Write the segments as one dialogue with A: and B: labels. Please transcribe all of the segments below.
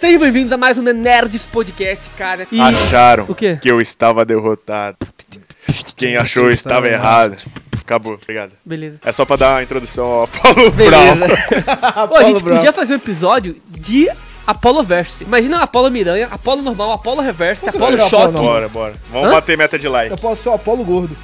A: Sejam bem-vindos a mais um The Nerds Podcast, cara. E...
B: Ah.
C: Acharam
A: O quê?
C: que eu estava derrotado. Quem achou estava errado. Acabou, obrigado.
A: Beleza.
C: É só pra dar a introdução ao Paulo
A: Beleza.
C: Brown.
A: Pô, a gente podia fazer um episódio de Apollo Verse. Imagina Apollo Miranha, Apollo normal, Apollo Reverse,
B: Como que
A: Apollo
B: vai virar
A: Choque.
B: Apollo normal?
C: Bora, bora. Vamos
A: Hã?
C: bater meta de like.
B: Eu posso ser o Apolo gordo.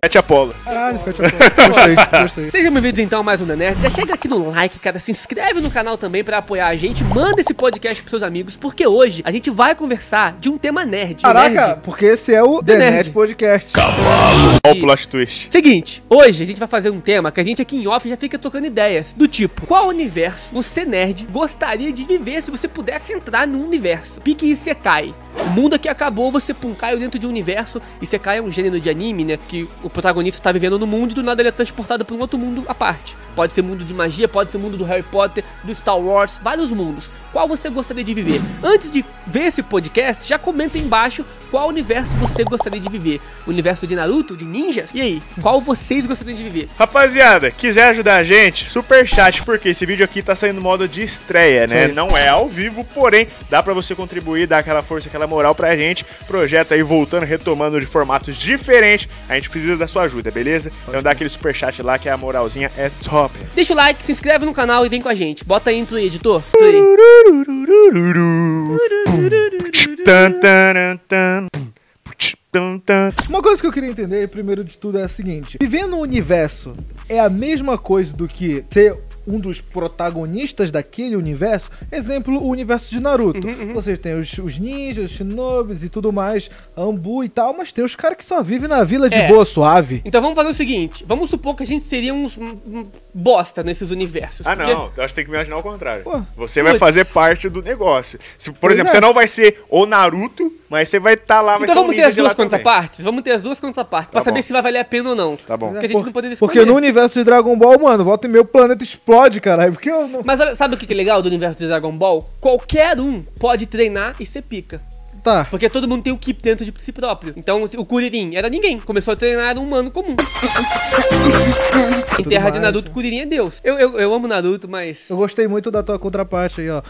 C: Mete Apolo.
B: Caralho,
A: tipo,
B: foi o Apolo. Gostei, gostei.
A: Sejam bem-vindos então a mais um The Nerds. Já chega aqui no like, cara. Se inscreve no canal também pra apoiar a gente. Manda esse podcast pros seus amigos, porque hoje a gente vai conversar de um tema nerd.
B: Caraca,
A: Nerd.
B: porque esse é o The
A: Nerd.
B: Nerd Podcast.
C: Olha o plot twist.
A: Seguinte, hoje a gente vai fazer um tema que a gente aqui em off já fica trocando ideias. Do tipo, qual universo você nerd gostaria de viver se você pudesse entrar num universo? Pique Isekai. O mundo que acabou, você pum, caiu dentro de um universo. Isekai é um gênero de anime, né? Que o protagonista tá vivendo no mundo e do nada ele é transportado pra um outro mundo à parte. Pode ser mundo de magia, pode ser mundo do Harry Potter, do Star Wars, vários mundos. Qual você gostaria de viver? Antes de ver esse podcast, já comenta aí embaixo qual universo você gostaria de viver. O universo de Naruto, de ninjas? E aí, qual vocês gostariam de viver?
C: Rapaziada, quiser ajudar a gente, super chat, porque esse vídeo aqui tá saindo no modo de estreia, né?
B: Isso aí.
C: Não é ao vivo, porém, dá pra você contribuir, dar aquela força, aquela moral pra gente. Projeto aí voltando, retomando de formatos diferentes. A gente precisa da sua ajuda, beleza? Então dá aquele super chat lá que a moralzinha é top.
A: Deixa o like, se inscreve no canal e vem com a gente. Bota a intro aí, editor. Intro aí.
C: Tan, taran, tan. Putz, tan, tan.
B: Uma coisa que eu queria entender, primeiro de tudo, é a seguinte: viver no universo é a mesma coisa do que ser um dos protagonistas daquele universo, exemplo, o universo de Naruto.
A: Uhum,
B: Vocês têm os, os ninjas, os shinobis e tudo mais, Ambu e tal, mas tem os caras que só vivem na vila de
A: É.
B: boa suave.
A: Então vamos fazer o seguinte: vamos supor que a gente seria uns um- um bosta nesses universos.
C: Ah,
A: porque-
C: não. Eu acho que tem que me imaginar o contrário.
B: Pô,
C: você vai
A: putz.
C: fazer parte do negócio. Se, por
B: Pois
C: exemplo,
B: é.
C: você não vai ser o Naruto, mas você vai estar lá, vai
A: Então
C: ser um
A: vamos ter
C: ninja
A: as
C: de
A: duas
C: lá também.
A: contrapartes? Vamos ter as duas contrapartes, pra
C: Tá
A: saber
C: bom.
A: se vai valer a pena ou não.
C: Tá bom.
A: Porque a gente não poderia
B: Porque
A: escolher.
B: no universo de Dragon Ball, mano, volta e meio o planeta explode, caralho. Porque eu não.
A: Mas olha, sabe o que que é legal do universo de Dragon Ball? Qualquer um pode treinar e ser pica.
B: Tá.
A: Porque todo mundo tem o Keep dentro de si próprio. Então o Kuririn era ninguém. Começou a treinar, era um humano comum. em terra de
B: mais, né?
A: Naruto, Kuririn é Deus. Eu, eu, eu amo Naruto, mas.
B: Eu gostei muito da tua contraparte aí, ó.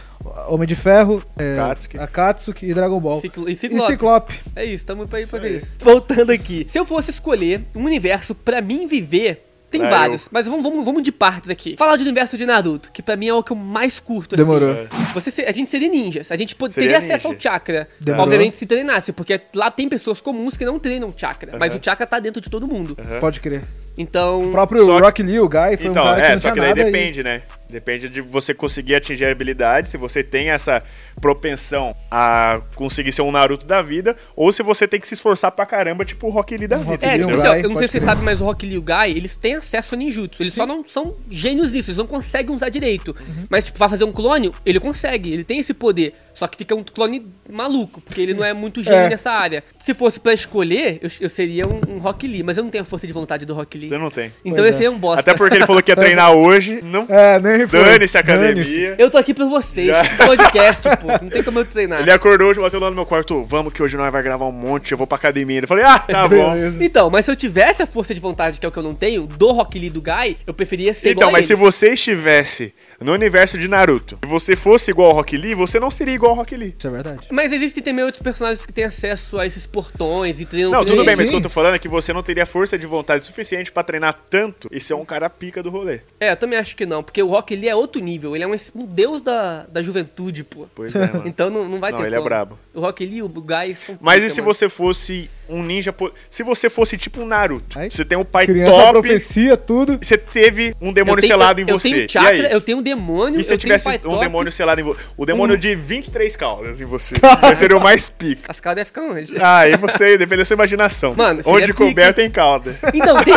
B: Homem de Ferro, é,
C: Katsuki.
B: Akatsuki e Dragon Ball.
A: Ciclo- e
B: E
A: Ciclope.
B: Ciclope.
A: É isso, tamo pra ir pra
C: aí.
A: isso. Voltando aqui. Se eu fosse escolher um universo pra mim viver. Tem
C: Ah,
A: vários, mas vamos, vamos, vamos de partes aqui. Falar do universo de Naruto, que pra mim é o que eu mais curto. assim.
B: Demorou.
A: Você, se- a gente seria ninjas. A gente pod-
C: Seria
A: teria acesso
C: ninja.
A: ao chakra.
B: Demorou.
A: Obviamente se treinasse, porque lá tem pessoas comuns que não treinam chakra. Mas o chakra tá dentro de todo mundo.
B: Pode crer.
A: Então.
B: O próprio
C: É. Só que-
B: Rock Lee, o Guy, foi um
C: Então,
B: cara que
C: é,
B: não
C: só
B: tinha
C: que daí
B: nada e-
C: depende, né? Depende de você conseguir atingir a habilidade, se você tem essa propensão a conseguir ser um Naruto da vida, ou se você tem que se esforçar pra caramba, tipo o Rock Lee da vida.
A: É,
B: Ele
A: tipo,
B: é um
A: assim, ó, eu não sei
B: guy, pode
A: se vocês
B: crer.
A: sabem, mas o Rock Lee e o Guy, eles têm acesso a ninjutsu. Eles só não são gênios nisso, eles não conseguem usar direito.
C: Uhum.
A: Mas, tipo, vai fazer um clone, ele consegue, ele tem esse poder. Só que fica um clone maluco, porque ele não é muito gênio
B: É.
A: nessa área. Se fosse pra escolher, eu, eu seria um, um Rock Lee, mas eu não tenho a força de vontade do Rock Lee.
C: Você não tem.
A: Então eu
B: Pois é.
A: seria um bosta.
C: Até porque ele falou que ia treinar hoje, não
B: É, nem foi.
C: dane-se a
B: Dane-se.
C: academia.
A: Eu tô aqui por vocês, tipo,
C: Já.
A: podcast, pô. Não tem como eu treinar.
C: Ele é- acordou hoje, bateu lá no meu quarto, "Ô, vamos que hoje nós vai gravar um monte, eu vou pra academia. Ele falei, ah, tá bom.
B: Beleza.
A: Então, mas se eu tivesse a força de vontade, que é o que eu não tenho, do Rock Lee e do Guy, eu preferia ser
C: Então,
A: igual a
C: mas se
A: eles.
C: você estivesse no universo de Naruto, se você fosse igual ao Rock Lee, você não seria igual ao Rock Lee.
B: Isso é verdade.
A: Mas existem também outros personagens que têm acesso a esses portões e treinam.
C: Não, tudo
B: Sim,
C: bem, mas
B: sim.
C: o que eu tô falando é que você não teria força de vontade suficiente pra treinar tanto e ser um cara pica do rolê.
A: É, eu também acho que não, porque o Rock Lee é outro nível. Ele é um, um deus da, da juventude, pô.
C: Pois é, mano.
A: Então não, não vai
C: Não,
A: ter
C: ele é brabo.
A: O Rock Lee, o Guy são.
C: Mas e
A: pica,
C: se
A: mano.
C: você fosse um ninja. po- Se você fosse tipo um Naruto?
B: Aí.
C: Você tem um pai
B: Criança
C: top.
B: profecia, tudo.
C: e Você teve um
A: Eu
C: demônio
A: tenho-
C: selado
A: eu,
C: em você.
A: Eu tenho
C: e
A: chakra,
C: aí?
A: eu tenho um demônio.
C: E se
A: eu
C: tivesse
A: tenho pai
C: um
A: top, Hum.
C: demônio selado em você? O demônio de 23 caudas em você. Você seria o mais pica.
A: As caras iam ficar onde?
C: Ah, aí você, depende da sua imaginação.
A: Mano, seria
C: Onde
A: pica,
C: couber
A: hein?
C: tem cauda.
A: Então, tem,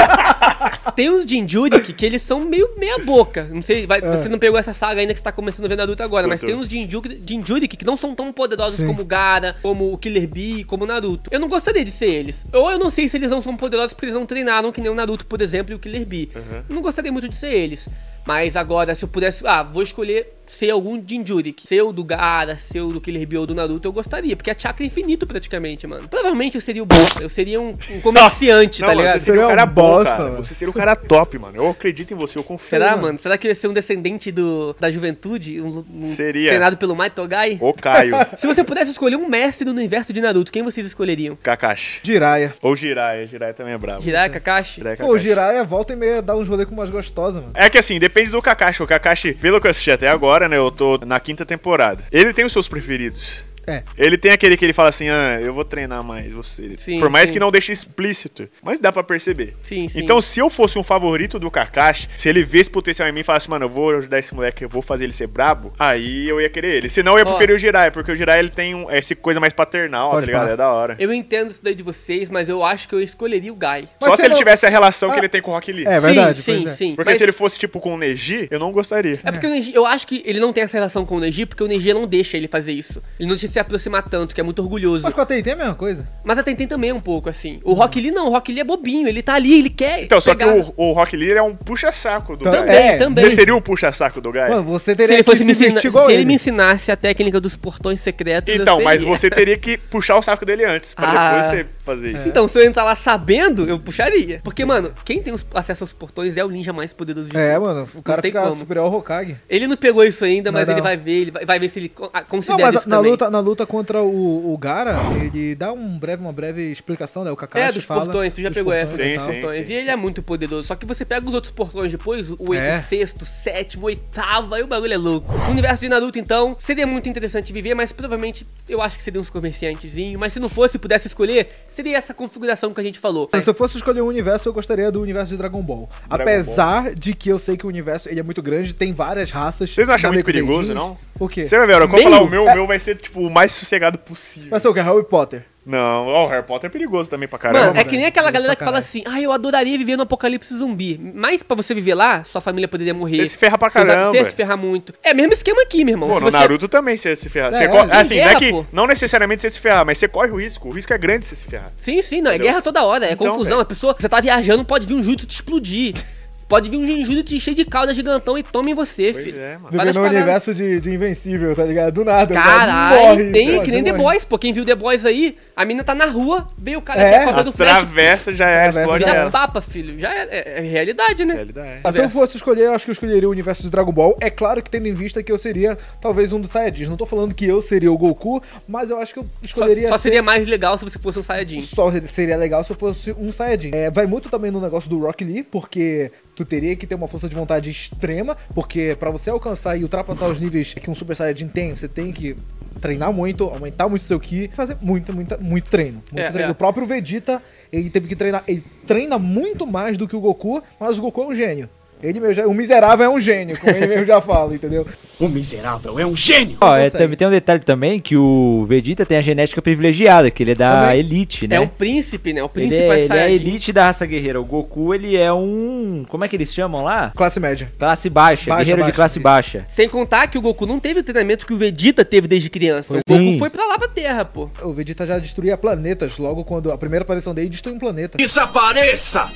A: tem os Jinjurik que eles são meio meia boca. Não sei, vai- você não pegou essa saga ainda que você tá começando a ver Naruto agora, mas
C: Tô, tô.
A: tem uns Jinjurik, Jinjurik que não são tão poderosos
B: Sim.
A: como o Gara, como o Killer Bee, como o Naruto. Eu não gostaria de ser eles. Ou eu não sei se eles não são poderosos porque eles não treinaram que nem o Naruto,
C: Uhum.
A: por exemplo, e o Killer Bee. Eu Não gostaria muito de ser eles. Mas agora, se eu pudesse... Ah, vou escolher ser algum Jinjurik, ser o do Gaara, ser o do Killer Bee ou do Naruto, eu gostaria, porque a chakra é infinito praticamente, mano. Provavelmente eu seria o bosta, eu seria um, um comerciante,
C: Não,
A: tá
C: mano,
A: ligado?
C: Você seria um
B: Seria
C: cara
B: um
C: bom,
B: bosta,
C: cara.
B: mano.
C: Você seria um cara top, mano. Eu acredito em você, eu confio.
A: Será, mano? Será que eu ia ser um descendente do, da juventude? Um, um
C: Seria.
A: Treinado pelo Mai Togai?
C: Ô, Caio,
A: Se você pudesse escolher um mestre no universo de Naruto, quem vocês escolheriam?
C: Kakashi.
B: Jiraya.
C: Ou Jiraiya, Jiraiya também é bravo.
A: Jiraiya, Kakashi?
C: Jiraiya, é
B: Pô, o
C: Kakashi.
B: Jiraya volta e meia dá uns rolê com umas gostosas, mano.
C: É que assim, depende do Kakashi. O Kakashi, pelo que eu assisti até agora, né? Eu tô na quinta temporada. Ele tem os seus preferidos.
B: É.
C: Ele tem aquele que ele fala assim: ah, eu vou treinar mais você.
A: Sim,
C: Por mais
A: sim.
C: que não deixe explícito. Mas dá pra perceber.
A: Sim, sim.
C: Então, se eu fosse um favorito do Kakashi, se ele vê esse potencial em mim e falasse, mano, eu vou ajudar esse moleque, eu vou fazer ele ser brabo, aí eu ia querer ele. Senão eu ia
A: Ó.
C: preferir o Jiraiya, porque o Jiraiya ele tem um, essa coisa mais paternal,
B: Pode
C: tá ligado?
B: falar.
C: É da hora.
A: Eu entendo isso daí de vocês, mas eu acho que eu escolheria o Gai.
B: Mas
C: Só
B: você
C: se ele
B: não-
C: tivesse a relação que
B: Ah.
C: ele tem com o Rock Lee.
B: É
A: Sim,
B: verdade,
A: sim,
B: pois é.
A: sim.
C: Porque
A: Mas
C: se ele fosse tipo com o Neji, eu não gostaria.
A: É porque o Neji- eu acho que ele não tem essa relação com o Neji, porque o Neji não deixa ele fazer isso. Ele não deixa ele se aproximar tanto, que é muito orgulhoso.
B: Mas com a TNT é a mesma coisa.
A: Mas a Tenten também é um pouco assim. O Rock Lee não, o Rock Lee é bobinho, ele tá ali, ele quer.
C: Então, só que
A: pegar.
C: o, o Rock Lee ele é um puxa-saco do
B: Também,
C: Gaia.
A: Também,
B: É,
A: também.
C: Você seria o puxa-saco do Gaia?
B: Mano, você
A: Se
B: teria
A: ele, fosse
B: que
A: me
B: se
A: ensina-
B: vestir igual
A: se ele
B: ele.
A: me ensinasse a técnica dos portões secretos. eu
C: então, mas
A: seria.
C: você teria que puxar o saco dele antes, pra
A: assim? Ah.
C: depois você fazer isso.
A: Então, se eu entrar lá sabendo, eu puxaria. Porque, mano, quem tem os- acesso aos portões é o ninja mais poderoso de
B: É,
A: todos.
B: mano,
A: Não
B: o cara
A: tem
B: fica
A: como.
B: superior ao Hokage.
A: Ele não pegou isso ainda, mas
B: Não,
A: ele
B: não.
A: vai ver, ele vai, vai ver se ele con- ah,
B: Não,
A: considera
B: mas
A: isso
B: na
A: também.
B: luta, na luta contra o, o Gara, ele dá um breve, uma breve explicação, né? O Kakashi
A: É, dos
B: fala
A: portões, tu já
B: dos
A: pegou
B: portões
A: essa.
C: Sim,
B: e
A: dos
B: tal.
C: sim.
A: portões. E ele é muito poderoso. Só que você pega os outros portões depois, o
B: É.
A: oito, sexto, sétimo, oitavo, aí o bagulho é louco. O universo de Naruto, então, seria muito interessante viver, mas provavelmente eu acho que seria uns comerciantezinhos. Mas se não fosse, pudesse escolher, seria essa configuração que a gente falou.
B: Se eu fosse escolher um universo, eu gostaria do universo de Dragon Ball. Apesar de que eu sei que o universo ele é muito grande, tem várias raças.
C: Vocês não acham muito
B: Namekusei
C: perigoso,
B: Jins.
C: não?
B: Por quê?
C: Você vai ver, olha, quando eu falar o
A: Meio?
C: meu,
D: É.
C: o meu vai ser, tipo, o mais sossegado possível.
B: Vai ser o que? Harry Potter.
C: Não, ó, o Harry Potter é perigoso também pra caramba.
A: Mano, é
B: velho.
A: que nem aquela
B: Perigoso
A: galera
B: pra
A: que fala
B: caralho.
A: assim, ah, eu adoraria viver no apocalipse zumbi. Mas pra você viver lá, sua família poderia morrer.
C: Você se ferra pra
A: Seus-
C: caramba.
A: Você se ferra muito. É mesmo esquema aqui, meu irmão.
C: Pô,
A: Se
C: no
A: você-
C: Naruto também você se ferra.
B: É,
C: Você
B: é,
C: corre-
B: em
C: assim, não é
A: guerra,
C: que
A: pô.
C: não necessariamente você se ferrar, mas você corre o risco. O risco é grande você se ferrar.
A: Sim, sim, não. É
C: Entendeu?
A: guerra toda hora, é
C: Então,
A: confusão.
C: velho.
A: A pessoa, você tá viajando, pode vir um jutsu te explodir. Pode vir um Jinjutsu te encher de calda gigantão e toma em você,
C: Pois
A: filho.
C: é, mano.
A: Várias
B: Viver no
A: paradas.
B: universo de, de Invencível, tá ligado? Do nada. o cara
A: Caralho, tem
B: morre, né?
A: que nem The
B: morre.
A: Boys, pô. Quem viu The Boys aí, a mina tá na rua, veio o cara
B: É?
A: aqui cortando flash,
C: Atravessa já é,
B: Atravessa
C: explode
B: já é.
A: vira
C: ela.
A: papa, filho. Já é, é- é realidade, né?
C: Realidade.
B: Ah, se eu fosse escolher, eu acho que eu escolheria o universo de Dragon Ball. É claro que tendo em vista que eu seria talvez um dos Saiyajins. Não tô falando que eu seria o Goku, mas eu acho que eu
A: Só,
B: escolheria
A: só
B: ser-
A: seria mais legal se você fosse um Saiyajin.
B: Só seria legal se eu fosse um Saiyajin. É, vai muito também no negócio do Rock Lee, porque tu teria que ter uma força de vontade extrema, porque pra você alcançar e ultrapassar os níveis que um Super Saiyajin tem, você tem que treinar muito, aumentar muito seu ki, fazer muito, muito, muito treino. Muito
A: É,
B: treino.
A: é.
B: O próprio Vegeta, ele teve que treinar, ele treina muito mais do que o Goku, mas o Goku é um gênio. Ele mesmo, já- o miserável é um gênio, como ele mesmo já fala, entendeu?
E: O miserável é um gênio!
D: Ó, é,
B: consegue.
D: também tem um detalhe também que o Vegeta tem a genética privilegiada, que ele é da
B: Também.
D: elite, né?
A: É um príncipe, né? O
D: ele
A: príncipe é
D: é, ele é a
A: Saiyajin.
D: elite da raça guerreira. O Goku, ele é um. Como é que eles chamam lá?
B: Classe média.
D: Classe baixa,
B: Baixa,
D: guerreiro
B: baixa,
D: de classe
B: isso.
D: baixa.
A: Sem contar que o Goku não teve o treinamento que o Vegeta teve desde criança. O
D: Sim.
A: Goku foi pra lá pra terra, pô.
B: O Vegeta já destruía planetas logo quando a primeira aparição dele destruiu um planeta.
E: Desapareça!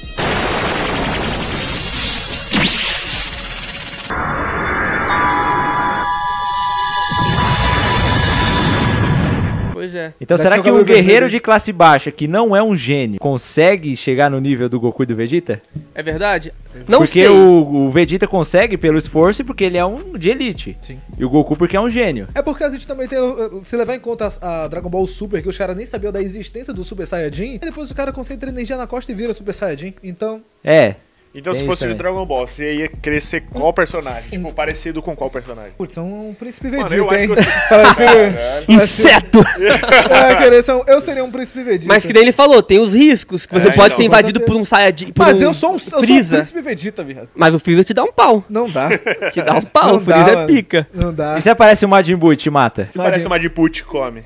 A: Pois é.
D: Então,
B: Já
D: será
B: tinha
D: que
B: o
D: um
B: cabelo
D: guerreiro
A: né?
B: vermelho.
D: de classe baixa, que não é um gênio, consegue chegar no nível do Goku e do Vegeta?
A: É verdade? Não
D: porque
A: sei.
D: O, o Vegeta consegue pelo esforço e porque ele é um de elite.
B: Sim.
D: E o Goku porque é um gênio.
B: É porque a gente também tem. uh, Se levar em conta a, a Dragon Ball Super, que os caras nem sabiam da existência do Super Saiyajin, e depois o cara concentra energia na costa e vira Super Saiyajin. Então,
D: É.
C: Então,
D: Tem
C: se
D: isso
C: fosse de
D: também.
C: Dragon Ball, você ia crescer
A: Hum.
C: qual personagem? Tipo, parecido com qual personagem?
B: putz, é um príncipe
C: Mano,
B: Vegeta,
C: eu acho
B: hein?
C: que eu-
B: Parece-
D: Inseto!
B: é, querer ser um- eu seria um príncipe Vegeta.
A: Mas que nem ele falou, tem os riscos. Que você
C: É,
A: pode
C: então.
A: ser invadido por um Saiyajin. Por
B: Mas
A: um
B: eu sou um, eu sou um
A: Freeza.
B: príncipe Vegeta, viado.
A: Mas o Freeza te dá um pau.
B: Não dá.
A: Te dá um pau.
B: Não
A: O Freeza
B: dá,
A: é
B: mano.
A: pica. é
B: Não dá.
D: E se aparece o Majin Buu e te mata?
C: Se parece uma de put, come.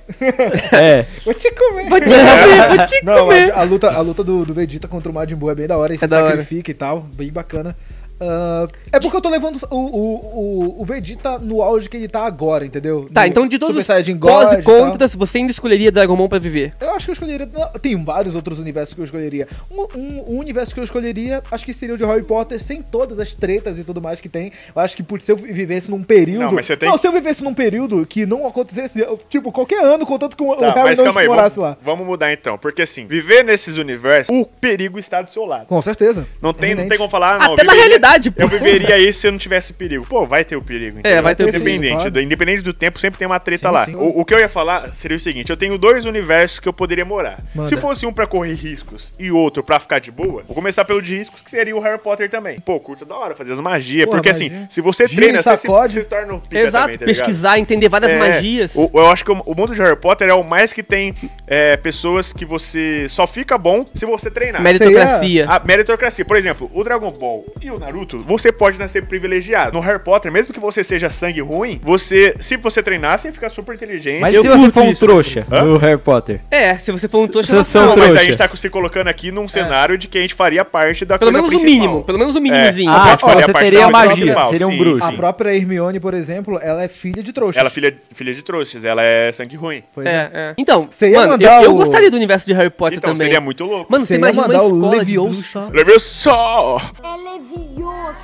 D: É.
B: Vou te comer.
A: Vou te comer, vou te
B: Não,
A: comer.
B: a, a luta, a luta do, do Vegeta contra o Majin Buu é bem da hora, ele
A: É
B: se
A: da hora.
B: sacrifica e tal, bem bacana. Ah, é porque eu tô levando o, o, o, o Vegeta no auge que ele tá agora, entendeu?
A: Tá,
B: No
A: então de todos
B: Super
A: os
B: Saiyajin
A: pós
B: God
A: e
B: e tal.
A: contras, você ainda escolheria Dragon Ball pra viver.
B: Eu acho que eu escolheria. não, Tem vários outros universos que eu escolheria. Um, um- um universo que eu escolheria, acho que seria o de Harry Potter, sem todas as tretas e tudo mais que tem. Eu acho que por se eu vivesse num período.
C: Não, mas você tem-
B: se eu vivesse num período que não acontecesse, eu- tipo, qualquer ano, contanto que o o
C: Tá,
B: Harry
C: mas
B: não
C: calma aí, vamos,
B: morasse lá.
C: vamos mudar então. Porque assim, viver nesses universos, o perigo está do seu lado.
B: Com certeza.
C: Não tem, não
B: Eminente.
C: tem como falar, ah, não. eu
A: Até na realidade, pô. É,
C: Eu viveria isso se eu não tivesse perigo. Pô, vai ter o perigo. assim,
A: vai ter o perigo,
C: independente,
B: claro.
C: do- Independente do tempo, sempre tem uma treta
B: Sim,
C: lá.
B: sim.
C: O, o que eu ia falar seria o seguinte: eu tenho dois universos que eu poderia morar.
B: Manda.
C: Se fosse um pra correr riscos e outro pra ficar de boa, vou começar pelo de riscos, que seria o Harry Potter também. Pô, curta da hora, fazer as magias.
B: Porra,
C: porque assim,
B: magia.
C: se você
B: Gira
C: treina,
B: e
C: você se,
B: sacode.
C: você se torna um pica
A: Exato,
C: também, tá ligado?
A: pesquisar, entender várias
C: É,
A: magias.
C: o- eu acho que o, o mundo de Harry Potter é o mais que tem é, pessoas que você só fica bom se você treinar.
A: meritocracia.
C: A meritocracia. Por exemplo, o Dragon Ball e o Naruto, você pode nascer privilegiado. No Harry Potter, mesmo que você seja sangue ruim, você, se você treinar, você fica super inteligente.
D: Mas
A: Eu
D: se você
A: curto
D: for um
A: isso.
D: trouxa
C: Hã?
D: no Harry Potter.
A: É, se você for um trouxa,
D: Vocês
A: você
D: são
A: não.
C: mas a
D: trouxa.
C: gente tá se colocando aqui num cenário de que a gente faria parte da
A: Pelo
C: coisa
A: menos o
C: é principal. É,
A: mínimo, pelo menos o mínimozinho.
C: Faria
D: Ah, só
C: parte
D: você
C: da
D: teria
C: coisa
D: magia,
C: principal,
D: seria um
C: sim,
D: bruxo.
B: A
C: sim.
B: própria Hermione, por exemplo, ela é filha de trouxas.
C: Ela é filha, filha de trouxas, ela é sangue ruim.
B: Pois é.
A: É, é. Então,
B: Você ia
A: mano, eu,
B: mandar
A: eu
B: o-
A: gostaria do universo de Harry Potter
C: Então
A: também.
C: seria muito louco.
A: Mano, você
B: Você ia
A: imagina uma
B: mandar o
A: escola de
B: Leviosa.
A: bruxos.
C: Olha meu só!
F: É leviosa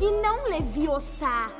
F: e não leviosa.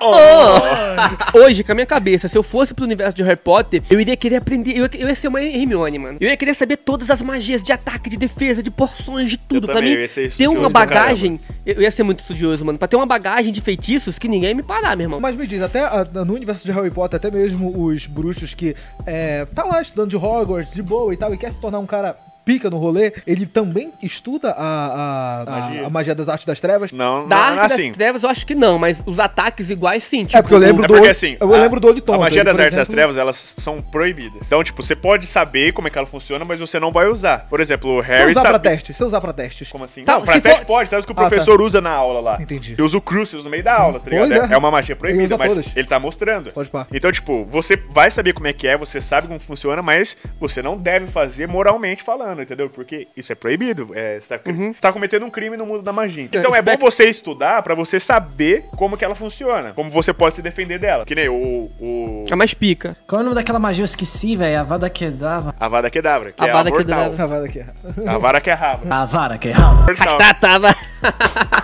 C: Oh.
A: Hoje, com a minha cabeça, se eu fosse pro universo de Harry Potter, eu iria querer aprender. Eu ia, eu ia ser uma Hermione, mano. Eu ia querer saber todas as magias de ataque, de defesa, de porções, de tudo. pra
C: também,
A: mim,
C: eu ia ser
A: ter
C: estudioso
A: uma
C: pra caramba.
A: bagagem. Eu ia ser muito estudioso, mano. Pra ter uma bagagem de feitiços que ninguém ia me parar, meu irmão.
B: Mas me diz, até ah, no universo de Harry Potter, até mesmo os bruxos que é, tá lá estudando de Hogwarts, de boa e tal, e quer se tornar um cara pica no rolê, ele também estuda a, a, a-
C: Magia.
B: a magia das artes das trevas.
C: Não,
A: Da
C: não, não
A: arte
C: assim.
A: Oh. das trevas, eu acho que não, mas os ataques iguais sim. tipo,
B: porque eu lembro
C: É
A: o-
B: do-
C: porque assim,
B: eu lembro do olho tonto,
C: A magia
B: ele,
C: das
B: por
C: artes das
B: exemplo-
C: trevas, elas são proibidas. Então, tipo, você pode saber como é que ela funciona, mas você não vai usar. Por exemplo, o
B: Se
C: Harry
B: usar pra
C: sabe...
B: testes, se usar pra testes.
C: Como assim?
A: Tá,
C: não, pra
A: se
C: teste
A: for-
C: pode, sabe o que o
B: Ah, tá.
C: professor usa na aula lá.
B: Entendi.
C: Ele usa o crucifix no meio da aula, tá ligado?
B: Pois
C: É.
B: é.
C: uma magia
B: Ele
C: proibida,
B: usa
C: mas
B: todas.
C: ele tá mostrando.
B: Pode pá.
C: Então, tipo, você vai saber como é que é, você sabe como funciona, mas você não deve fazer moralmente falando, entendeu? Porque isso é proibido. É, você tá, tá cometendo um crime no mundo da magia. Então é bom
A: espectro-
C: você estudar pra você saber como que ela funciona, como você pode se defender dela. Que nem o. o
A: A mais pica.
G: Qual é o nome daquela magia? Eu esqueci, velho. A Vada Kedavra.
C: a Vada Kedavra, que
A: A
C: é
A: Avada
C: a mortal.
A: Kedavra.
B: Ah, vai daqui.
C: A vara que é raba.
G: A Vara Kedavra.
C: Mortal.
A: Tá, tava.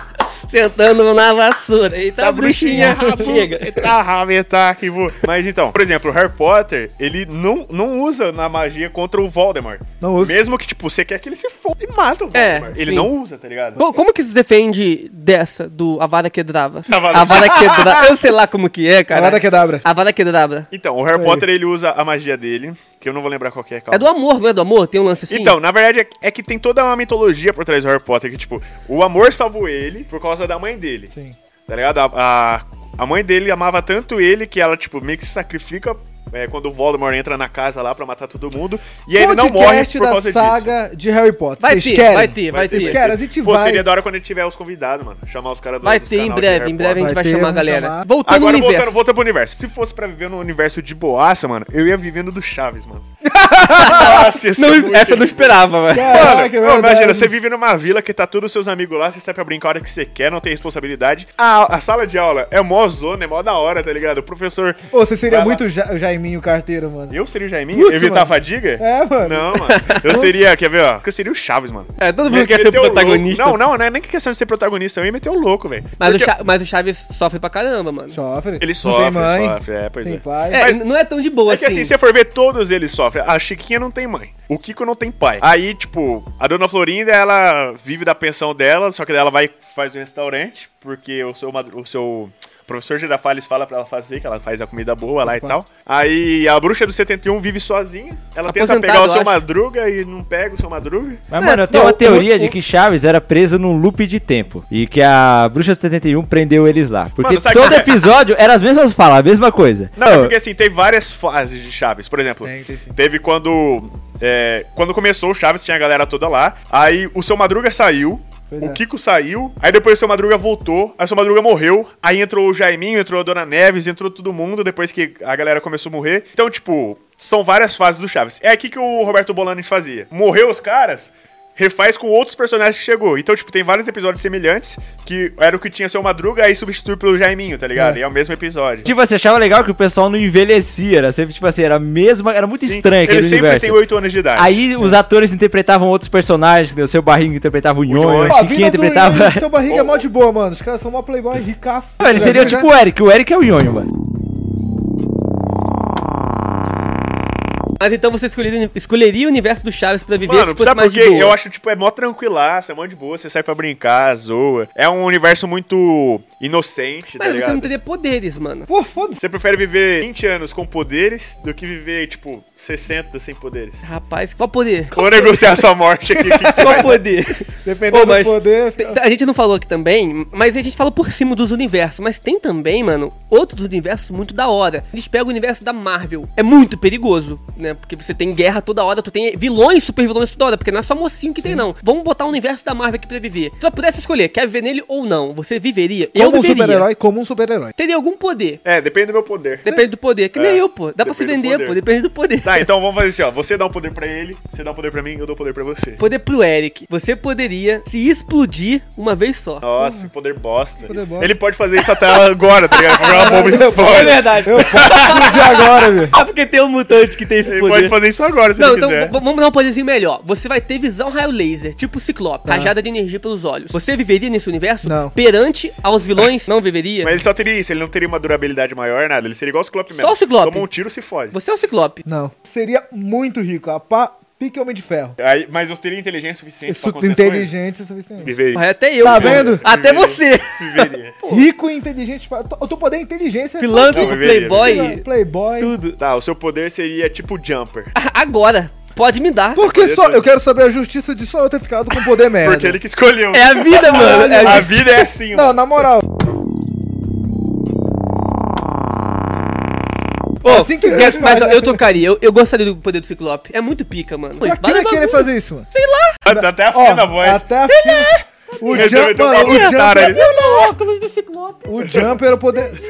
A: Sentando na vassoura. Eita,
C: Tá
A: bruxinha.
C: bruxinha,
A: Chega.
C: tá raba, tá que voa. Mas então, por exemplo, o Harry Potter, ele não, não usa na magia contra o Voldemort.
B: Não usa.
C: Mesmo que, tipo, você quer que ele se foda e mata o
A: É,
C: Voldemort. ele
A: sim.
C: não usa, tá ligado?
A: Co- Como que se defende dessa, do A Vara Quedrava?
C: A Vara-
A: A Vada Quedrava. Eu sei lá como que é, cara.
B: A Vada Kedavra. Tá.
A: A Vada Quedrava.
C: Então, o Harry
B: Isso aí.
C: Potter ele usa a magia dele, que eu não vou lembrar qual que é, calma.
A: É do amor, não é do amor? Tem um lance assim?
C: Então, na verdade, é- é que tem toda uma mitologia por trás do Harry Potter, que, tipo, o amor salvou ele por causa da mãe dele.
B: Sim.
C: Tá ligado? A, a, a mãe dele amava tanto ele que ela, tipo, meio que se sacrifica é, quando o Voldemort entra na casa lá pra matar todo mundo. E ele não morre
B: Podcast
C: por causa
B: da
C: disso.
B: saga de Harry Potter.
A: Vai
B: Vocês
A: ter,
B: querem?
A: vai ter, vai
B: Vocês
A: ter.
B: querem? A gente
C: Pô,
B: vai.
C: seria da hora quando a gente tiver os convidados, mano. Chamar os caras do
A: Vai
C: dos
A: ter em
C: canal de
A: breve,
C: Harry
A: em breve a
C: Potter.
A: gente vai
B: Vai ter,
A: chamar a
B: vamos
A: galera.
B: chamar.
A: Voltando no
C: Agora,
A: universo.
C: voltando, voltando pro universo. Se fosse pra viver num universo de boaça, mano, eu ia vivendo do Chaves, mano. Nossa, ia ser
A: Não,
C: muito
A: essa é eu não
C: de boa.
A: esperava, velho.
C: Mano,
B: Caraca, é
C: não, imagina,
B: verdade.
C: você vive numa vila que tá todos os seus amigos lá, você sai pra brincar a hora que você quer, não tem responsabilidade. A, a sala de aula é mó zona, é mó da hora, tá ligado? O professor.
B: Ô, você
C: Vai
B: seria
C: lá.
B: muito ja Jaiminho carteiro, mano.
C: Eu seria o Jaiminho?
B: Putz,
C: Evitar a
B: mano.
C: fadiga?
B: É, mano.
C: Não, mano. Eu seria, quer ver, ó? Eu seria o Chaves, mano.
A: É, todo mundo
C: Ia
A: quer ser
C: meter o
A: protagonista.
C: Louco. Não, não, não é nem questão de ser protagonista, eu ia meter o louco, velho.
A: Mas, o
C: Porque
A: Cha- mas o Chaves sofre pra caramba, mano.
B: Sofre.
C: Ele
B: Não
C: sofre,
B: tem mãe,
C: sofre, é, pois
B: tem
C: é.
B: pai.
A: É, não é tão de boa
C: É que
A: assim.
C: assim, se você for ver, todos eles sofrem. A Chiquinha não tem mãe. O Kiko não tem pai. Aí, tipo, a dona Florinda, ela vive da pensão dela, só que daí ela vai faz o restaurante, porque o seu, madru- o seu professor Girafales fala pra ela fazer, que ela faz a comida boa lá e tal. Aí a bruxa do 71 vive sozinha. Ela tenta
A: Aposentado,
C: pegar o
A: eu
C: seu
A: acho.
C: madruga e não pega o seu madruga.
D: Mas, mano, eu tenho
B: não,
D: uma
B: o-
D: teoria
B: o-
D: de que Chaves era preso num loop de tempo. E que a Bruxa do 71 prendeu eles lá. Porque
C: Mano, sabe
D: todo
C: qual é?
D: episódio era as mesmas falas, a mesma coisa.
C: Não, é porque assim, tem várias fases de Chaves. Por exemplo,
B: Tem, tem sim.
C: teve quando. é, quando começou o Chaves, tinha a galera toda lá. Aí o seu Madruga saiu.
B: Pois
C: o
B: é.
C: Kiko saiu, aí depois o seu Madruga voltou, aí o seu Madruga morreu, aí entrou o Jaiminho, entrou a Dona Neves, entrou todo mundo depois que a galera começou a morrer. Então, tipo, são várias fases do Chaves. É aqui que o Roberto Bolani fazia. Morreu os caras, refaz com outros personagens que chegou. Então, tipo, tem vários episódios semelhantes que era o que tinha seu Madruga, aí substitui pelo Jaiminho, tá ligado? E é o mesmo episódio.
D: Tipo, você achava legal que o pessoal não envelhecia, era sempre, tipo assim, era a mesma, era muito
C: Sim,
D: estranho aquele
C: Ele sempre É.
D: universo.
C: tem 8 anos de idade.
D: Aí os atores interpretavam outros personagens, né? o seu barrinho interpretava o
C: Nhonho.
D: Nhonho,
A: é
B: Pô,
D: o
B: a
D: Chiquinha
B: vida do
D: interpretava...
B: Yuri, seu barriga é mó de boa, mano. Os caras são mó playboy, ricaço. Né?
D: Mano, ele seria tipo o Eric, o Eric é o Nhonho, mano.
A: Mas então você escolheria, escolheria o universo do Chaves pra viver
C: Mano, sabe por
A: mais
C: quê?
A: de boa.
C: Eu acho, tipo, é mó tranquilaça, é mó de boa, você sai pra brincar, zoa. É um universo muito inocente, tá
A: Mas você
C: ligado?
A: não teria poderes, mano.
B: Pô, foda-se.
C: Você prefere viver 20 anos com poderes do que viver, tipo, 60 sem poderes.
A: Rapaz, qual poder?
C: Vou negociar sua morte aqui. o que que você
A: Qual
C: vai...
A: poder?
B: Dependendo
A: Ô, mas-
B: do poder,
A: Tem- tá,
B: fica...
A: A gente não falou aqui também, mas a gente falou por cima dos universos. Mas tem também, mano, outros universos muito da hora. Eles pegam o universo da Marvel. É muito perigoso, né? Porque você tem guerra toda hora, tu tem vilões, super vilões toda hora, porque não é só mocinho que tem, não. Vamos botar o universo da Marvel aqui pra viver. Se você pudesse escolher, quer viver nele ou não, você viveria? eu
B: como um
A: viveria.
B: super-herói, como um super-herói.
A: Teria algum poder.
C: É, depende do meu poder.
A: Depende do poder. Que nem
C: É,
A: eu, pô. Dá pra se
C: depende do
A: vender,
C: poder.
A: pô. Depende do poder.
C: Tá, então vamos fazer assim, ó. Você dá um poder pra ele, você dá um poder pra mim, eu dou um poder pra você.
A: Poder pro Eric. Você poderia se explodir uma vez só.
C: Nossa, que poder bosta.
B: Poder bosta.
C: Ele pode fazer isso até agora, tá ligado? Jogar uma bomba e
A: É
C: explode.
A: verdade.
B: Eu posso explodir agora, velho.
A: Ah, porque tem um mutante que tem esse
C: Ele
A: poder.
C: pode fazer isso agora, se
A: Não,
C: ele
A: então
C: quiser.
A: v- vamos dar um poderzinho melhor. Você vai ter visão raio laser, tipo ciclope, rajada de energia pelos olhos. Você viveria nesse universo?
B: Ah. Não.
A: Perante aos vilões? Não viveria?
C: Mas ele só teria isso, ele não teria uma durabilidade maior, nada. Ele seria igual o Ciclope mesmo.
A: o Ciclope.
C: Toma um tiro, se fode.
A: Você é o ciclope.
B: Não. Seria muito rico. A pá, pique homem de ferro.
C: Aí, mas você teria inteligência suficiente
B: Isso
C: pra acontecer
B: inteligente é
C: isso?
B: suficiente.
C: Viver.
A: Mas Até eu.
B: Tá
A: pô.
B: vendo?
A: Até você.
C: Viveria.
B: Rico e inteligente. fa- O teu poder é inteligência. é só-
A: Pilantra,
C: Não, viveria,
A: playboy,
B: Playboy.
A: tudo.
C: Tá, o seu poder seria tipo Jumper.
A: Agora, pode me dar.
B: Por que
C: Poder
B: só?
C: todo.
B: Eu quero saber a justiça de só eu ter ficado com poder merda.
C: Porque ele que escolheu.
A: É a vida, mano. É
C: A
A: a vida.
C: vida é assim,
B: né? Não,
C: mano.
B: na moral.
A: Ô,
B: assim que
A: quer-
B: Deus
A: mas
B: faz,
A: ó,
B: né?
A: eu tocaria. Eu, eu gostaria do poder do ciclope. É muito pica, mano.
B: Pra que
A: Vale
B: ele querer
A: bagulho.
B: fazer isso, mano?
A: Sei lá.
C: Tá até a
B: Ó,
C: fina voz.
B: até a fina.
A: é.
B: O
C: Ele um deu-
B: Jumper,
C: deu uma
B: o
C: comentada
B: Jumper,
C: aí.
B: o Jumper era o poder.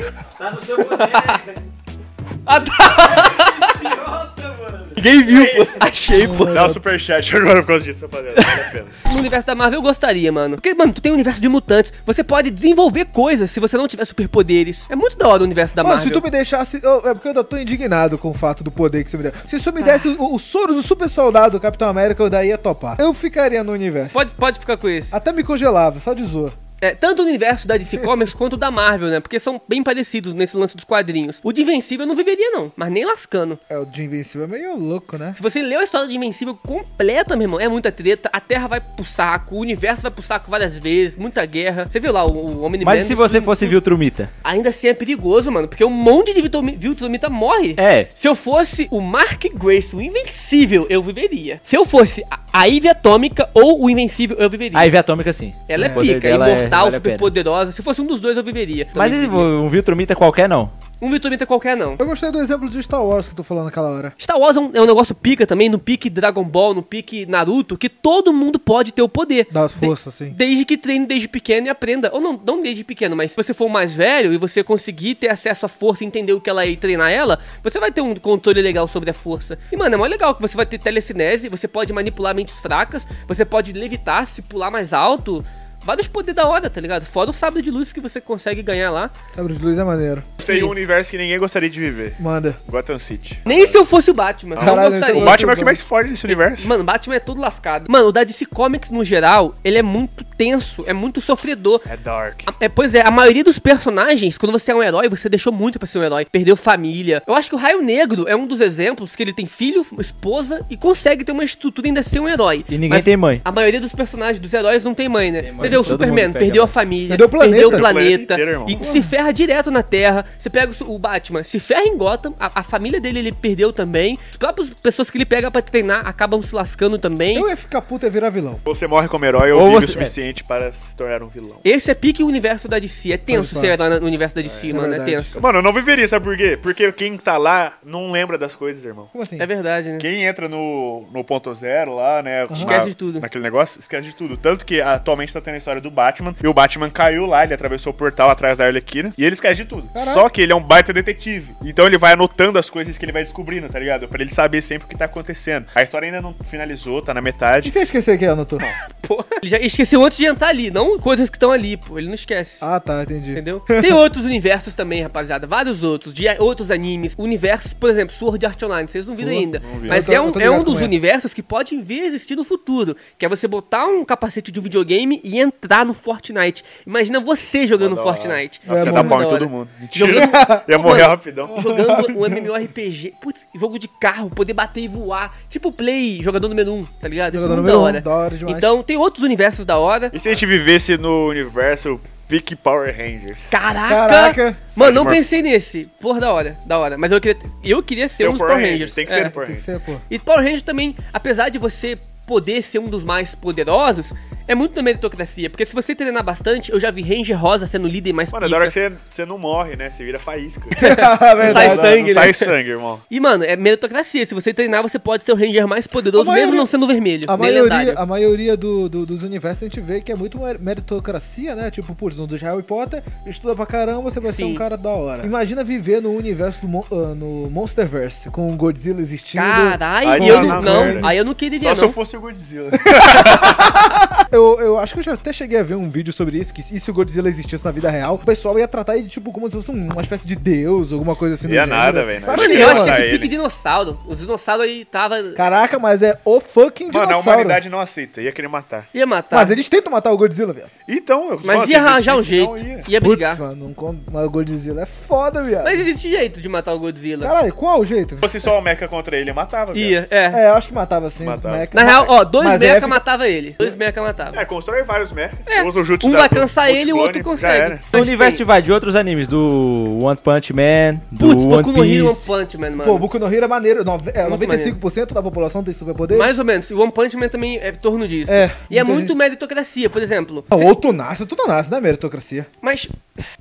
A: Ninguém viu, pô. Achei, pô.
C: Dá um superchat agora por causa disso, rapaziada. Vale a pena.
A: No um universo da Marvel eu gostaria, mano. Porque, mano, tu tem um universo de mutantes. Você pode desenvolver coisas se você não tiver superpoderes. É muito da hora o universo da
B: Mano, se
A: Marvel.
B: tu me deixasse. eu- é porque eu ainda tô indignado com o fato do poder que você me deu. Se isso me desse
A: Ah.
B: o, o Soros, o super soldado do Capitão América, eu daí ia topar. Eu ficaria no universo.
A: Pode, pode ficar com isso.
B: Até me congelava, só de zoa.
A: É, tanto o universo da DC Comics quanto o da Marvel, né? Porque são bem parecidos nesse lance dos quadrinhos. O de Invencível eu não viveria, não. Mas nem lascando.
B: É, o de Invencível é meio louco, né?
A: Se você leu a história de Invencível completa, meu irmão, é muita treta. A Terra vai pro saco, o universo vai pro saco várias vezes, muita guerra. Você viu lá o, o Homem-Man?
D: Mas se você fosse Viltrumita?
A: Ainda assim é perigoso, mano, porque um monte de Viltrumi- Viltrumita morre.
D: É.
A: Se eu fosse o Mark Grace, o Invencível, eu viveria. Se eu fosse a- a Ivy Atômica ou o Invencível, eu viveria.
D: A Ivy Atômica, sim.
A: Ela é
D: O poder
A: pica,
D: dela é-
A: imortal,
D: vale a
A: super
D: pena.
A: poderosa. Se fosse um dos dois, eu viveria.
D: Mas
A: Também
D: esse-
A: viveria.
D: um Viltrumita qualquer, não.
A: um Viltrumita qualquer, não.
B: Eu gostei do exemplo de Star Wars que tu falou naquela hora.
A: Star Wars é um, é um negócio pica também, no pique Dragon Ball, no pique Naruto, que todo mundo pode ter o poder.
B: Das forças, assim.
A: Desde que treine desde pequeno e aprenda. Ou não, não desde pequeno, mas se você for mais velho e você conseguir ter acesso à força, entender o que ela é e treinar ela, você vai ter um controle legal sobre a força. E, mano, é mó legal que você vai ter telecinese, você pode manipular mentes fracas, você pode levitar, se pular mais alto. Vários poderes da hora, tá ligado? Fora o sábado de luz que você consegue ganhar lá.
B: Sabre de luz é maneiro.
C: Seria um universo que ninguém gostaria de viver.
B: Manda.
C: Gotham City.
A: Nem se eu fosse o Batman. eu
B: Caralho,
A: não
B: esse é
A: gostaria.
C: O
B: Eu
C: Batman é o
B: acho
C: que
B: bom.
C: mais forte desse universo.
A: Mano, Batman é todo lascado. Mano, o da DC Comics, no geral, ele é muito tenso, é muito sofredor.
C: É Dark.
A: A- É, pois é, a maioria dos personagens, quando você é um herói, você deixou muito pra ser um herói. Perdeu família. Eu acho que o Raio Negro é um dos exemplos que ele tem filho, esposa e consegue ter uma estrutura e ainda ser um herói.
D: E ninguém tem mãe.
A: A maioria dos personagens, dos heróis, não tem mãe, né?
D: mãe,
A: você vê o
D: todo
A: Superman,
D: mundo pega
A: perdeu a
D: mãe.
A: família,
B: Perdeu o planeta.
A: perdeu o
B: Perdeu
C: o planeta
A: planeta,
C: inteiro, irmão.
A: e se ferra direto na Terra. Você pega o su- o Batman, se ferra em Gotham, a, a família dele ele perdeu também. As próprias pessoas que ele pega pra treinar acabam se lascando também.
B: Eu ia ficar puta e virar vilão.
C: Você morre como herói ou,
D: Ou
C: vive
D: você-
C: o suficiente para se tornar um vilão.
A: Esse é pique o universo da DC. É tenso
B: Pode
A: ser herói no universo da DC, mano. É
B: verdade.
A: tenso.
C: Mano, eu não viveria, sabe por quê? Porque quem tá lá não lembra das coisas, irmão.
B: Como assim?
A: É verdade, né?
C: Quem entra no, no ponto zero lá, né?
A: Esquece de tudo.
C: Naquele negócio, esquece de tudo. Tanto que atualmente tá tendo a história do Batman. E o Batman caiu lá, ele atravessou o portal atrás da Arlequina. E ele esquece de tudo.
B: Caralho.
C: Só que ele é um baita detetive. Então ele vai anotando as coisas que ele vai descobrindo, tá ligado? Pra ele saber sempre o que tá acontecendo. A história ainda não finalizou, tá na
B: E
C: metade.
B: se eu esquecer é, que anotou?
A: Porra, ele já esqueceu antes de entrar ali, não coisas que estão ali, pô. Ele não esquece.
B: Ah, tá, entendi.
A: Entendeu? Tem outros universos também, rapaziada. Vários outros. De outros animes. Universos, por exemplo, Sword Art Online. Vocês não viram ainda.
C: não vi.
A: Mas
B: Eu tô-
A: é um,
B: eu tô
A: é um
B: ligado
A: dos
B: como é.
A: universos que pode vir a existir no futuro. Que é você botar um capacete de um videogame e entrar no Fortnite. Imagina você jogando
C: Mó da hora.
A: Fortnite.
C: Nossa,
B: É,
C: ia dar
B: mano.
C: pau em
A: Da
C: todo
A: hora.
C: mundo.
A: Jogando-
C: Mentira. Ia
A: Ô,
C: morrer
A: mano,
C: rapidão.
A: Jogando um MMORPG. Putz, jogo de carro, poder bater e voar. Tipo Play, jogador número 1, um, tá ligado? Isso é
B: Jogador
A: muito
B: número
A: da
B: um,
A: hora.
B: da hora demais.
A: Então tem outros universos da hora.
C: E se a gente vivesse no universo Vic Power Rangers?
A: Caraca!
B: Caraca.
A: Mano, não
C: Pode,
A: pensei nesse. Porra, da hora, da hora. Mas eu queria, eu queria ser,
C: Ser
A: um
C: o
A: dos
C: Power
A: Power
C: Ranger,
A: Rangers.
C: tem que
A: É.
C: ser o Power
B: Tem que ser, pô.
A: E Power Rangers também, apesar de você poder ser um dos mais poderosos, é muito da meritocracia. Porque se você treinar bastante, eu já vi Ranger Rosa sendo líder mais
C: Mano, é da hora que você, você não morre, né? Você vira faísca.
A: sai
B: É Verdade.
A: sangue, né?
C: Não sai sangue, irmão.
A: E, mano, é meritocracia. Se você treinar, você pode ser o Ranger mais poderoso,
B: A maioria-
A: mesmo não sendo vermelho.
B: A
A: nem
B: maioria,
A: lendário.
B: a maioria do, do- dos universos a gente vê que é muito mer- meritocracia, né? Tipo, putz, um dos Harry Potter, estuda pra caramba, você vai ser
A: Sim.
B: um cara da hora. Imagina viver no universo do Mon- ah, no Monsterverse, com o Godzilla existindo.
A: Caralho,
C: Aí
A: e eu
C: tá
A: não.
C: na merda.
A: Não, aí eu não queria
C: Só
A: dizer,
C: se eu
A: não.
C: fosse o Godzilla.
B: É Eu, eu acho que eu já até cheguei a ver um vídeo sobre isso, que e se o Godzilla existisse na vida real, o pessoal ia tratar ele, tipo, como se fosse um- uma espécie de deus, alguma coisa assim. do
C: Ia
B: gênero.
C: nada, velho.
B: Acho
A: Mano,
B: que
A: eu acho
B: não,
A: que
C: né?
A: esse
C: Ele.
A: pique dinossauro. Os dinossauros aí tava.
B: Caraca, mas é Tá. o fucking
C: Mano, a
B: dinossauro.
C: humanidade não aceita. Ia querer matar.
A: Ia matar.
B: Mas eles tentam matar o Godzilla, velho.
C: Então, eu
A: Mas
C: nossa,
A: ia arranjar um
C: se não,
A: jeito.
C: ia.
A: Ia brigar.
B: Putz, mano, um con- mas o Godzilla é foda, viado.
A: Mas existe jeito de matar o
C: Tá.
A: Godzilla.
B: Caralho, qual o jeito?
C: Se fosse só o Mecha contra ele, eu matava. viado.
A: Ia, é.
B: É, eu acho que matava assim.
C: Matava.
B: meca.
A: Na real, ó, dois
B: Mas
A: meca
B: ele ia ficar-
A: matava ele. Dois meca matava.
C: É, constrói vários Mecha.
A: É,
C: Usa o jutsu
A: um
C: da-
A: vai
C: do
A: cansar ele e o outro
C: multiplane, já
A: consegue. Então,
C: era.
D: O universo de vai de outros animes, do One Punch Man, do
A: é Putz, Boku
D: One
A: no Hero e One
D: Piece.
A: Punch Man, mano.
B: Pô, Boku no Hero é maneiro. Nove- é,
A: Muito
B: 95% da população tem superpoder.
A: Mais ou menos. E o One Punch Man também é em torno disso.
B: É,
A: e é
B: muita
A: muito
B: gente-
A: meritocracia, por exemplo.
B: Não, ou tu Ah, nasce, ou tu não nasce, não é meritocracia.
A: Mas,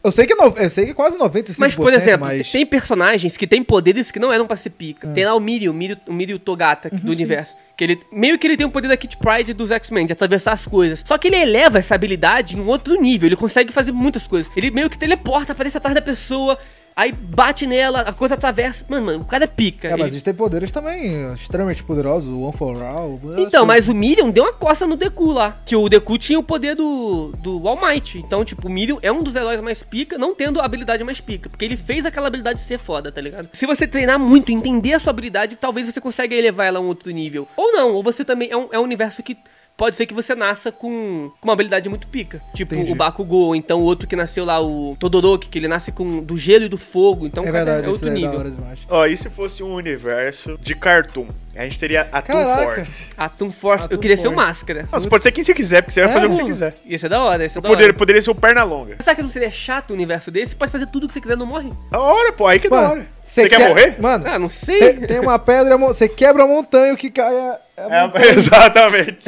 B: Eu sei que, é no- eu sei que é quase 95%,
A: mas por exemplo,
B: mas- É.
A: tem personagens que têm poderes que não eram pra ser pica. Tem lá o Miri, o Miri, o Miri Togata
B: Uhum,
A: do universo. Que ele, meio que ele tem o poder da Kit Pride dos X-Men, de atravessar as coisas. Só que ele eleva essa habilidade em um outro nível. Ele consegue fazer muitas coisas. Ele meio que teleporta, aparece atrás da pessoa, aí bate nela, a coisa atravessa. Mano, mano, o cara é pica.
B: É, mas
A: Ele-
B: eles têm poderes também extremamente poderosos, o One for All. eu
A: Então,
B: acho-
A: mas o Miriam deu uma coça no Deku lá. Que o Deku tinha o poder do, do All Might. Então, tipo, o Miriam é um dos heróis mais pica, não tendo a habilidade mais pica. Porque ele fez aquela habilidade ser foda, tá ligado? Se você treinar muito, entender a sua habilidade, talvez você consiga elevar ela a um outro nível. Ou não, ou você também é um, é um universo que. Pode ser que você nasça com, com uma habilidade muito pica. Tipo
B: Entendi.
A: o Bakugou, ou então o outro que nasceu lá, o Todoroki, que ele nasce com do gelo e do fogo. Então,
B: É
A: cara,
B: verdade,
A: é
B: isso
A: outro
B: é da
A: nível.
B: hora demais.
C: Ó, e se fosse um universo de cartoon? A gente teria a Toon
B: Caraca.
C: Force.
A: A Toon Force, eu
B: Toon
A: queria ser o
B: Force.
A: Máscara.
C: Nossa, pode ser quem você quiser, porque você vai
B: É,
C: fazer o que você
B: mano.
C: quiser.
A: Ia ser da hora, ia ser da hora.
C: Poder, poderia ser o perna longa.
A: Será que não seria chato o universo desse? Pode fazer tudo que você quiser, não morre.
C: Da hora, pô. Aí que é da hora.
B: Mano,
C: Você quer
B: que-
C: morrer?
B: Mano,
A: Ah, não sei.
B: tem, um tem uma pedra, mo- você quebra a montanha, o que cai é... é a montanha.
C: É, exatamente.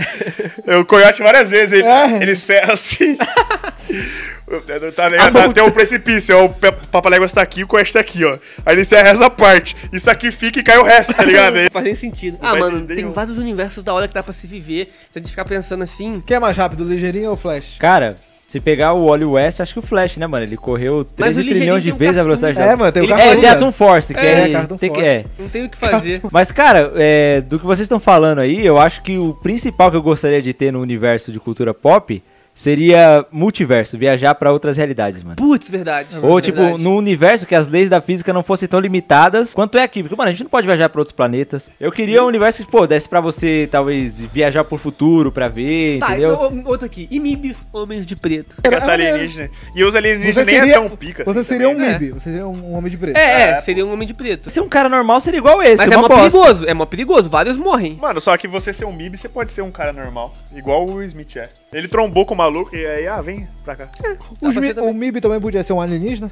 C: Eu coiote várias vezes, ele,
B: É.
C: ele serra assim. tá ligado? Tá Até o precipício, ó, o pe- papalégua está aqui, o coiote está aqui, ó. Aí ele serra essa parte. Isso aqui fica e cai o resto, tá ligado? Aí-
A: Não faz nem sentido. Ah,
C: faz
A: mano,
C: sentido
A: tem
C: nenhum.
A: vários universos da hora que dá pra se viver. Se a gente ficar pensando assim.
B: Quem é mais rápido, o ligeirinho ou o Flash?
D: Cara, se pegar o Wally West, acho que o Flash, né, mano? Ele correu
A: Mas o
D: 13
A: Ligeirinho
D: trilhões de
A: tem um
D: vezes a
A: cartoon.
D: velocidade da
B: É, mano, tem o
A: Ele-
B: carro
D: É,
B: ali,
D: tem a
B: velho.
D: Toon Force, que
A: É,
D: é,
B: Cartoon
D: tem que-
B: Force.
D: é.
A: Não tem o que fazer.
D: Mas, cara, é, do que vocês estão falando aí, eu acho que o principal que eu gostaria de ter no universo de cultura pop seria multiverso, viajar pra outras realidades, mano.
A: Putz, verdade.
D: Ou, tipo,
A: É Verdade.
D: num universo que as leis da física não fossem tão limitadas quanto é aqui. Porque, mano, a gente não pode viajar pra outros planetas. Eu queria um universo que, pô, desse pra você, talvez, viajar pro futuro pra ver,
A: Tá,
D: entendeu?
A: então, outro aqui. Imibis Homens de Preto.
C: Essa alienígena. E os
B: Você
C: alienígenas nem
B: seria,
C: é tão pica.
B: você
C: assim
B: seria um
C: também, né?
A: né?
B: MIB, você seria um homem de preto.
A: É, é,
C: é,
A: seria um homem de preto.
D: Se um cara normal seria igual esse,
A: Mas
D: uma
A: é mó
D: bosta.
A: perigoso, é mó perigoso, vários morrem.
C: Mano, só que você ser um MIB, você pode ser um cara normal. Igual o Smith é. Ele trombou com o maluco e aí, ah, vem pra cá.
B: Os
A: Dá pra
B: mi-
A: ser também.
B: o MIB também podia ser um alienígena?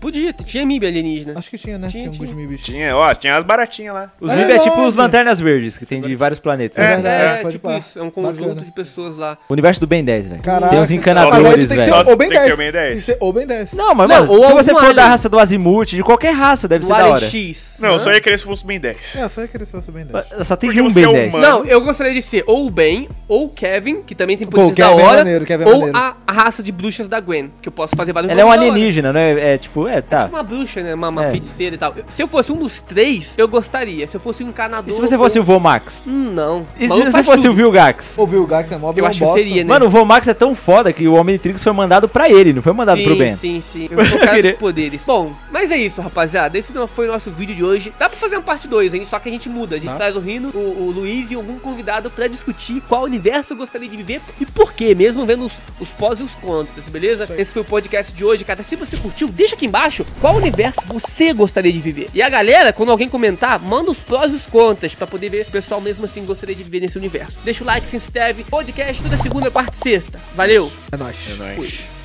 A: Podia, tinha MIB alienígena.
B: Acho que tinha, né?
A: Tinha,
B: Tinha, alguns
A: tinha.
B: MIBs.
C: Tinha, ó, tinha as baratinhas lá.
D: Os
B: É
D: MIB é tipo
B: verdade.
D: os Lanternas Verdes, que tem de vários planetas.
B: É
D: né?
B: verdade,
A: É,
B: pode
A: tipo
B: pá.
A: isso, é um conjunto
B: Bacana.
A: de pessoas lá.
D: O universo do Ben 10, velho.
B: Caraca.
D: Tem uns
B: Mas aí
D: encanadores,
B: tu tem que
D: velho.
B: ser
C: velho.
B: ou bem
C: Tem que ser
B: 10.
C: o Ben 10.
B: Tem que ser ou bem 10.
D: Não, mas
A: Não,
D: mano,
A: ou
D: se você
A: algum
D: for da
A: alien.
D: raça do Azimuth, de qualquer raça, deve
A: O
D: ser da
A: Alien
D: hora.
A: X.
C: Não, eu só ia querer se fosse o Ben 10.
B: É, só ia querer se fosse o Ben 10.
D: Só tem
C: Porque
D: um
C: você é
D: Ben 10.
C: humano.
A: Não, eu gostaria de ser ou o Ben, ou o Kevin, que também tem
B: Pô,
A: poderes
B: o Kevin
A: da
B: é
A: hora,
B: maneiro, o Kevin é
A: ou
B: maneiro.
A: a, a raça de bruxas da Gwen, que eu posso fazer vários
D: Ela é um
A: coisas da hora.
D: alienígena, né? É tipo, é, tá.
A: Tipo uma bruxa, né? Uma, uma
D: É.
A: feiticeira e tal. Eu- Se eu fosse um dos três, eu gostaria. Se eu fosse um encanador.
D: E se você fosse o Vomax?
A: Hum, não.
D: E
A: Maluco
D: se você
A: faz
D: fosse
A: tudo.
D: o Vilgax?
B: Ouviu o Gax é mó
A: Eu acho que seria, né?
D: Mano, o Vomax é tão foda que o Homem de Trix foi mandado pra ele, não foi mandado
A: sim,
D: pro Ben.
A: Sim, sim, Eu sou o cara
D: Queria-
A: dos poderes. Bom, mas é isso, rapaziada. Esse não foi o nosso vídeo de hoje. Dá pra fazer uma parte 2, hein? Só que a gente muda. A gente
B: Tá.
A: traz o Rino, o, o Luiz e algum convidado pra discutir qual universo eu gostaria de viver e por quê, mesmo vendo os, os pós e os contras, beleza? Esse foi o podcast de hoje, cara. Se você curtiu, deixa aqui embaixo qual universo você gostaria de viver. E a galera, quando alguém comentar, manda os prós e os contras pra poder ver se o pessoal mesmo assim gostaria de viver nesse universo. Deixa o like, se inscreve. Podcast toda segunda, quarta e sexta. Valeu!
B: É nóis.
C: É nóis.
A: Fui.